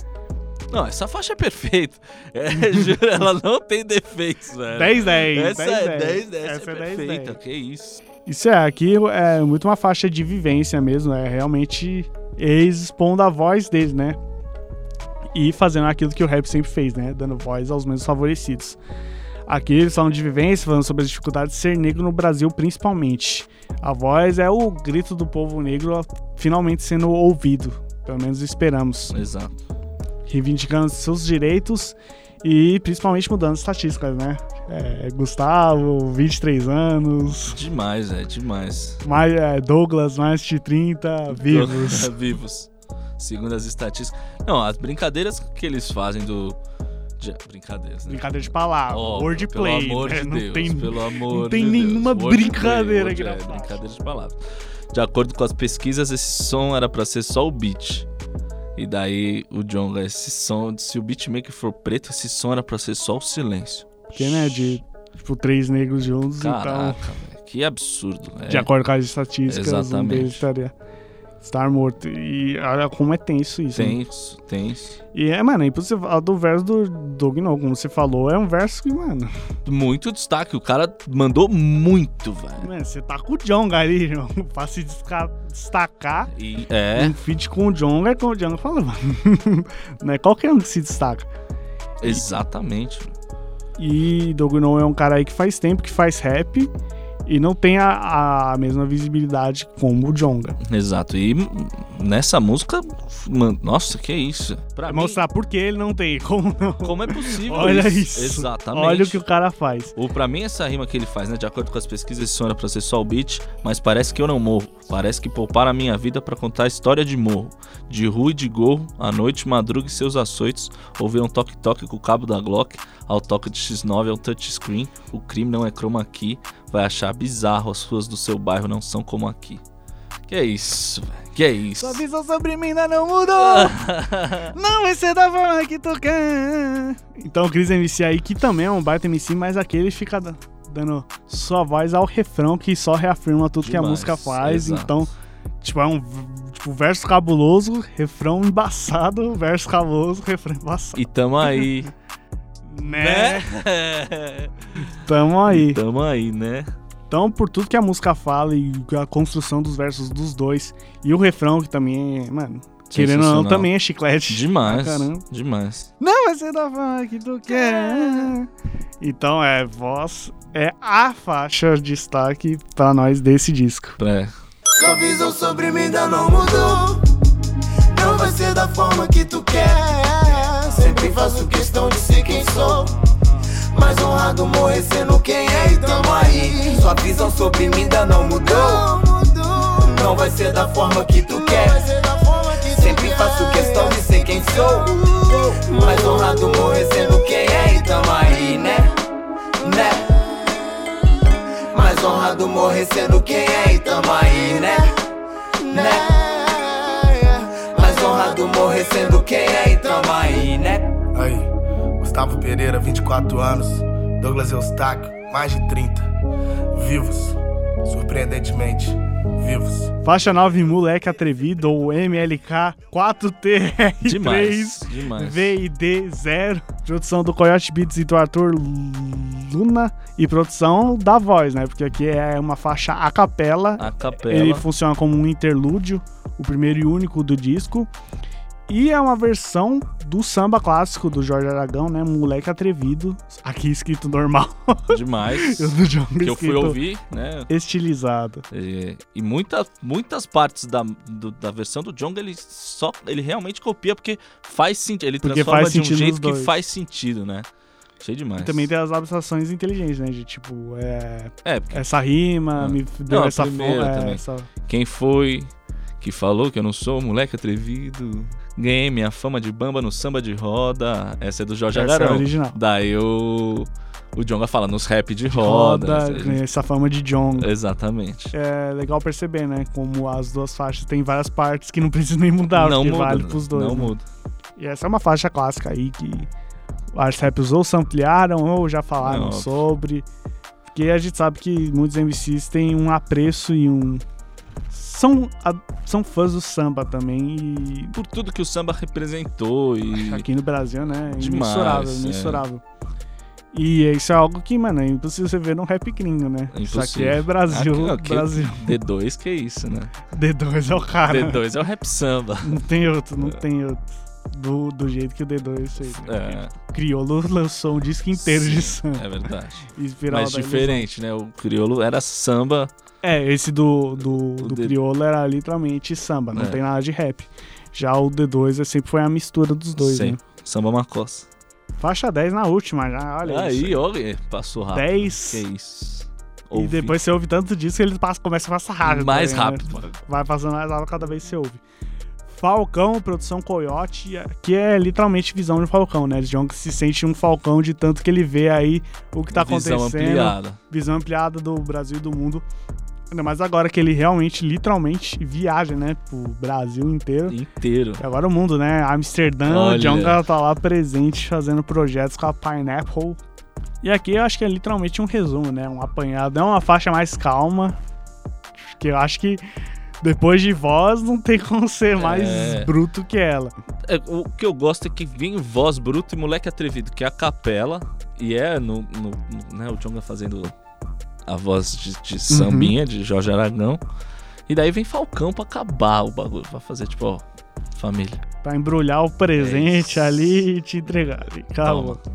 S1: Não, essa faixa é perfeita. É, juro, ela não tem defeitos, velho.
S2: 10 10
S1: Essa é 10, 10,
S2: Essa
S1: essa é
S2: é 10,
S1: perfeita. Que isso.
S2: Isso é, aqui é muito uma faixa de vivência mesmo. É realmente eles expondo a voz deles, né? E fazendo aquilo que o rap sempre fez, né? Dando voz aos menos favorecidos. Aqui eles falam de vivência, falando sobre as dificuldades de ser negro no Brasil, principalmente. A voz é o grito do povo negro finalmente sendo ouvido. Pelo menos esperamos.
S1: Exato.
S2: Reivindicando seus direitos e principalmente mudando estatísticas, né? É, Gustavo, 23 anos.
S1: Demais, é demais.
S2: Mais, é, Douglas, mais de 30 vivos.
S1: Vivos. Segundo as estatísticas. Não, as brincadeiras que eles fazem do. de- Brincadeiras, né?
S2: Brincadeira de palavra,
S1: Ó,
S2: wordplay.
S1: Pelo amor
S2: né?
S1: de
S2: não
S1: Deus.
S2: tem
S1: pelo amor
S2: não tem
S1: de Deus.
S2: nenhuma
S1: Wordplay,
S2: brincadeira
S1: word-
S2: aqui na
S1: é,
S2: faixa.
S1: Brincadeira de palavras. De acordo com as pesquisas, esse som era pra ser só o beat. E daí o John, esse som, se o beatmaker for preto, esse som era pra ser só o silêncio.
S2: Porque, né, de tipo, três negros juntos, então,
S1: Caraca, velho, que absurdo. né?
S2: de acordo com as estatísticas, um
S1: Exatamente.
S2: deles estaria estar morto. E olha como é tenso isso. né?
S1: Tenso, tenso.
S2: E é, mano, é impossível falar do verso do Doug No, como você falou, é um verso que, mano,
S1: Muito destaque, o cara mandou muito, velho.
S2: mano, você tá com o Jonga ali, irmão, pra se desca- destacar.
S1: E é,
S2: Um feat com o Jonga é como o Jonga fala, mano. não é qualquer um que se destaca.
S1: exatamente.
S2: E Doug Non é um cara aí que faz tempo que faz rap e não tem a, a mesma visibilidade como o Jonga.
S1: Exato. E hum, nessa música, mano, nossa, que isso. Pra
S2: Pra
S1: mim,
S2: mostrar por que ele não tem, como não.
S1: como é possível
S2: Olha isso.
S1: Exatamente.
S2: Olha o que o cara faz.
S1: Ou pra mim essa rima que ele faz, né? De acordo com as pesquisas, esse som era pra ser só o beat, mas parece que eu não morro. Parece que pouparam a minha vida pra contar a história de morro. De rua e de gorro, à noite, madruga e seus açoites, ouvir um toque-toque com o cabo da Glock, ao toque de X9 é um touchscreen, o crime não é chroma key, vai achar bizarro, as ruas do seu bairro não são como aqui. Que isso, velho. Que é isso.
S2: Sua visão sobre mim ainda não mudou. não vai ser da forma que tu quer. Então o Chris MC aí, que também é um baita MC, mas aqui ele fica da- dando sua voz ao refrão que só reafirma tudo que a
S1: Demais,
S2: música faz.
S1: exato.
S2: Então, tipo, é um v- tipo, verso cabuloso, refrão embaçado, verso cabuloso, refrão embaçado.
S1: E tamo aí.
S2: Né? É. Tamo aí.
S1: Tamo aí, né?
S2: Então, por tudo que a música fala e a construção dos versos dos dois e o refrão, que também é, mano, querendo ou não,
S1: Sensacional.
S2: também é chiclete.
S1: Demais.
S2: Pra caramba.
S1: demais.
S2: Não vai ser da forma que tu quer. Então, é, voz é a faixa de destaque pra nós desse disco.
S1: É.
S3: Sua visão sobre mim ainda não mudou. Não vai ser da forma que tu quer. Sempre faço questão de ser quem sou. Mas honrado morrer sendo quem é e tamo aí. Sua visão sobre mim ainda não mudou. Não vai ser da forma que tu quer. Sempre faço questão de ser quem sou. Mas honrado morrer sendo quem é e tamo aí, né? Né? Mas honrado morrer sendo quem é e tamo aí, né? Né? Mas honrado morrer sendo quem é e tamo aí, né? Aí, Gustavo Pereira, 24 anos. Douglas Eustáquio, mais de 30. Vivos, surpreendentemente, vivos.
S2: Faixa 9, Moleque Atrevido, ou MLK 4TR3.
S1: Demais. Demais.
S2: VID0, produção do Coyote Beats e do Arthur Luna e produção da voz, né? Porque aqui é uma faixa a capela,
S1: A
S2: ele
S1: capela.
S2: funciona como um interlúdio, o primeiro e único do disco. E é uma versão do samba clássico do Jorge Aragão, né? Moleque Atrevido, aqui escrito normal,
S1: Demais.
S2: e o do John
S1: que eu fui
S2: escrito
S1: ouvir, né?
S2: estilizado.
S1: E, e muita, muitas partes da, do- da versão do Jonga ele só ele realmente copia porque faz sentido. Ele
S2: Porque
S1: transforma
S2: faz
S1: de um
S2: sentido
S1: jeito
S2: nos
S1: que
S2: dois.
S1: faz sentido, né? Achei demais.
S2: E também tem as abstrações inteligentes, né? De tipo, é,
S1: É, porque
S2: essa rima,
S1: Ah.
S2: me deu
S1: Não, a
S2: essa fome.
S1: primeira também.
S2: essa...
S1: quem foi que falou que eu não sou moleque atrevido? Ganhei minha fama de bamba no samba de roda. Essa é do Jorge
S2: Essa é a
S1: Ararão.
S2: original.
S1: Daí o, o Jonga fala nos rap de roda.
S2: roda, né, essa fama de John.
S1: Exatamente.
S2: É legal perceber, né? Como as duas faixas têm várias partes um que não precisam nem mudar,
S1: não
S2: porque
S1: muda.
S2: vale pros dois.
S1: não
S2: né?
S1: muda.
S2: E essa é uma faixa clássica aí que as rappers ou samplearam ou já falaram
S1: Não.
S2: sobre. Porque a gente sabe que muitos MCs têm um apreço e um. São, a- são fãs do samba também. E
S1: Por tudo que o samba representou e
S2: aqui no Brasil, né? É
S1: Demais,
S2: imensurável,
S1: é.
S2: imensurável. E isso é algo que, mano, é impossível você ver num rap gringo, né?
S1: É
S2: isso aqui
S1: impossível.
S2: é Brasil.
S1: Aqui, aqui.
S2: Brasil.
S1: D2 que é isso, né?
S2: D2 é o cara.
S1: D2 é o rap samba.
S2: Não tem outro, não tem outro. Do, do jeito que o D2 fez. né?
S1: É. É,
S2: O Criolo lançou um disco inteiro de
S1: sim,
S2: samba.
S1: É verdade.
S2: Espiral
S1: Mas
S2: da Ilusão.
S1: diferente, né? O crioulo era samba.
S2: É, esse do, do, do
S1: D-
S2: Criolo era literalmente samba, não
S1: É.
S2: tem nada de rap. Já o D2 é sempre foi a mistura dos dois,
S1: sim,
S2: né?
S1: Samba macossa.
S2: Faixa 10 na última, já, olha
S1: Aí,
S2: isso.
S1: olha, passou rápido.
S2: 10.
S1: Que isso.
S2: E
S1: Ouvi.
S2: depois você ouve tanto disso, ele passa, começa a passar rápido.
S1: Mais
S2: também, né?
S1: rápido.
S2: Vai passando mais rápido cada vez que você ouve. Falcão, produção Coyote, que é literalmente visão de Falcão, né? John que se sente um Falcão de tanto que ele vê aí o que tá
S1: Visão
S2: acontecendo.
S1: ampliada.
S2: visão ampliada do Brasil e do mundo. Ainda mais agora que ele realmente, literalmente, viaja, né? Pro Brasil inteiro.
S1: Inteiro.
S2: E agora o mundo, né? Amsterdã, o
S1: Olha.
S2: John tá tá lá presente fazendo projetos com a Pineapple. E aqui eu acho que é literalmente um resumo, né? Um apanhado. É uma faixa mais calma. Que eu acho que depois de voz não tem como ser mais
S1: É.
S2: bruto que ela.
S1: É, o que eu gosto é que vem voz bruta e moleque atrevido, que é a capela. E é no, no- no- né, o Jonga fazendo a voz de,
S2: Uhum.
S1: de sambinha, de Jorge Aragão. E daí vem Falcão pra acabar o bagulho. Pra fazer, tipo, ó, família.
S2: Pra embrulhar o presente
S1: É isso.
S2: ali e te entregar. ali. Acabou.
S1: Toma.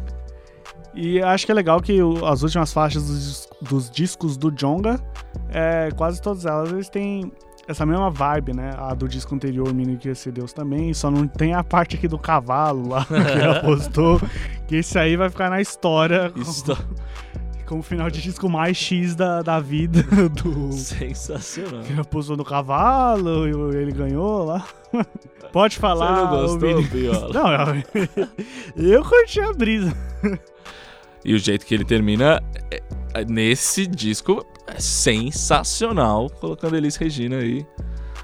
S2: E acho que é legal que o- as últimas faixas dos, dis- dos discos do Jonga, é, quase todas elas, eles têm essa mesma vibe, né? A do disco anterior, Menino que ia ser Deus também, só não tem a parte aqui do cavalo lá que ele apostou, que esse aí vai ficar na história como-
S1: Isso tá
S2: como o final de disco mais X da, da vida do...
S1: sensacional.
S2: Que ele apostou no cavalo, e ele ganhou lá. Pode falar,
S1: Você não
S2: ô
S1: gostou,
S2: menino.
S1: Biola?
S2: Não, eu, eu curti a brisa.
S1: E o jeito que ele termina é- é- nesse disco é sensacional, colocando Elis Regina aí.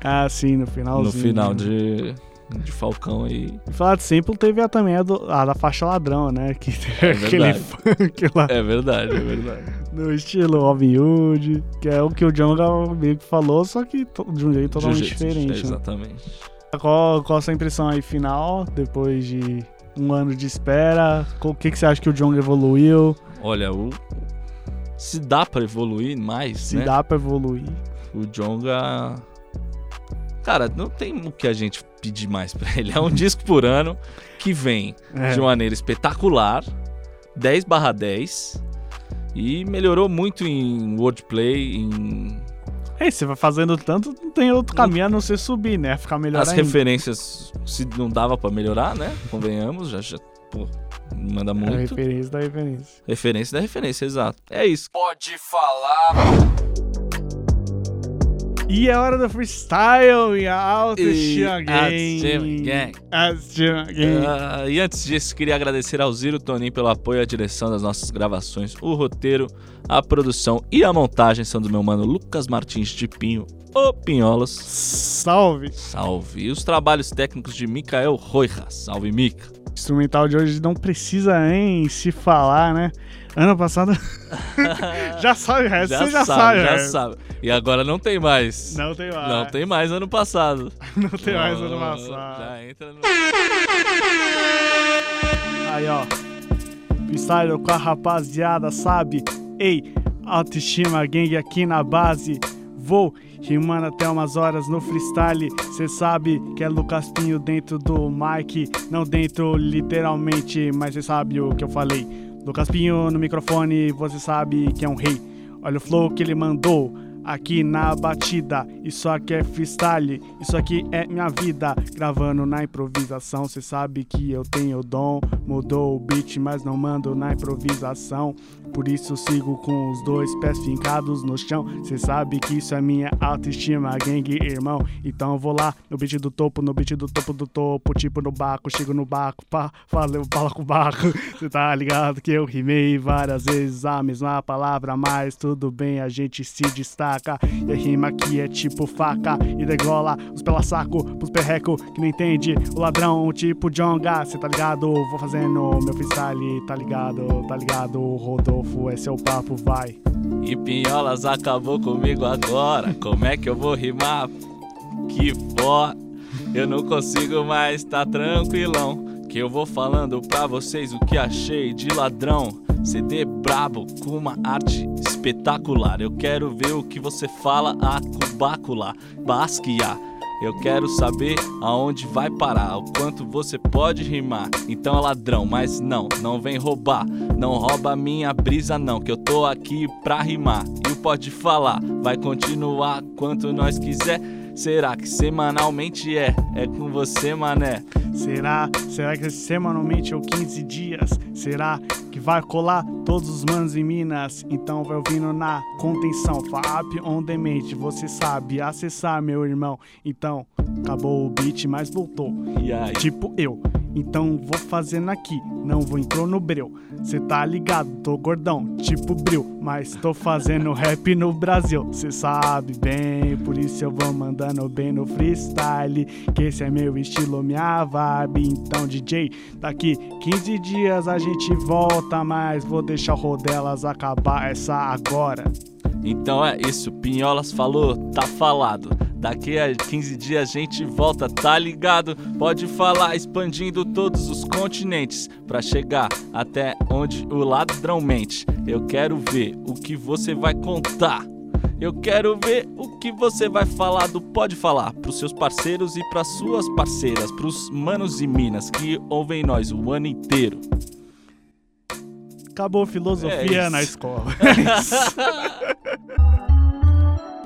S2: Ah, sim, no finalzinho.
S1: no final de, de Falcão e.
S2: E falar de Simple teve a, também a, do- a da faixa ladrão, né? Que aquele
S1: verdade.
S2: funk lá
S1: É verdade, é verdade.
S2: no estilo Robin Hood, que é o que o Jonga meio que falou, só que to- de um jeito totalmente
S1: Jiu-jitsu,
S2: diferente. né?
S1: Exatamente.
S2: Qual, qual a sua impressão aí final, depois de um ano de espera? Co- O que, que você acha que o Jonga evoluiu?
S1: Olha, o. Se dá pra evoluir mais,
S2: Se
S1: né?
S2: dá pra evoluir?
S1: O Jonga. Cara, não tem o que a gente pedir mais pra ele. É um disco por ano que vem
S2: É.
S1: de maneira espetacular, 10 barra 10, e melhorou muito em wordplay, em
S2: É, você vai fazendo tanto, não tem outro caminho a não ser subir, né? Ficar melhor
S1: as
S2: ainda.
S1: referências, se não dava pra melhorar, né? Convenhamos, já, já pô, manda
S2: É a
S1: muito.
S2: referência da referência.
S1: Referência da referência, exato. É isso.
S4: Pode falar.
S2: E é hora do freestyle e a alta
S1: E-
S2: As
S1: As Gang.
S2: As Gang.
S1: Ah, e antes disso, queria agradecer ao Ziro Tonin pelo apoio à direção das nossas gravações. O roteiro, a produção e a montagem são do meu mano Lucas Martins de Pinho, o Pinholas.
S2: Salve!
S1: Salve! E os trabalhos técnicos de Micael Roira. Salve, Mica.
S2: O instrumental de hoje não precisa nem se falar, né? Ano passado. já sabe, Red, você já sabe,
S1: já
S2: Red.
S1: sabe. E agora não tem mais.
S2: Não tem mais.
S1: Não tem mais ano passado.
S2: Não tem mais ano
S1: Ah,
S2: passado.
S1: Já entra no...
S2: Aí, ó. Freestyle com a rapaziada, sabe? Ei, autoestima, gangue aqui na base. Vou rimando até umas horas no freestyle. Cê sabe que é Lucas Pinho dentro do mic. Não dentro literalmente, mas cê sabe o que eu falei. Lucas Pinho no microfone, você sabe que é um rei. Olha o flow que ele mandou aqui na batida. Isso aqui é freestyle, isso aqui é minha vida. Gravando na improvisação, cê sabe que eu tenho dom. Mudou o beat, mas não mando na improvisação. Por isso sigo com os dois pés fincados no chão. Cê sabe que isso é minha autoestima, gangue, irmão. Então eu vou lá no beat do topo, no beat do topo do topo. Tipo no baco, chego no baco, pá, valeu, fala com o baco. Cê tá ligado que eu rimei várias vezes a mesma palavra, mas tudo bem, a gente se destaca. E a rima aqui é tipo faca e degola os pela saco, pros perreco que não entende. O ladrão, tipo Jonga, cê tá ligado? Vou fazendo meu freestyle, tá ligado? Tá ligado? Rodolfo, esse é o papo, vai.
S1: E Pinholas acabou comigo agora. Como é que eu vou rimar? Que foda. Eu não consigo mais, tá tranquilão. Que eu vou falando pra vocês o que achei de ladrão. CD brabo com uma arte espetacular. Eu quero ver o que você fala a cubacula, basquear. Eu quero saber aonde vai parar, o quanto você pode rimar. Então é ladrão, mas não, não vem roubar. Não rouba minha brisa, não, que eu tô aqui pra rimar. E o pode falar, vai continuar quanto nós quiser. Será que semanalmente é? É com você, mané.
S2: Será? Será que semanalmente ou 15 dias? Será que vai colar todos os manos em Minas? Então vai ouvindo na contenção. FAP on demand, você sabe acessar, meu irmão. Então, acabou o beat, mas voltou.
S1: E aí?
S2: Tipo eu. Então vou fazendo aqui, não vou entrou no breu. Cê tá ligado, tô gordão, tipo bril. Mas tô fazendo rap no Brasil, cê sabe bem. Por isso eu vou mandando bem no freestyle. Que esse é meu estilo, minha vibe. Então, DJ, daqui 15 dias a gente volta. Mas vou deixar o Rodelas acabar essa agora.
S1: Então é isso, Pinholas falou, tá falado. Daqui a 15 dias a gente volta, tá ligado? Pode falar, expandindo todos os continentes pra chegar até onde o ladrão mente. Eu quero ver o que você vai contar. Eu quero ver o que você vai falar do Pode Falar pros seus parceiros e pras suas parceiras, pros manos e minas que ouvem nós o ano inteiro.
S2: Acabou filosofia
S1: É
S2: na
S1: isso.
S2: escola. É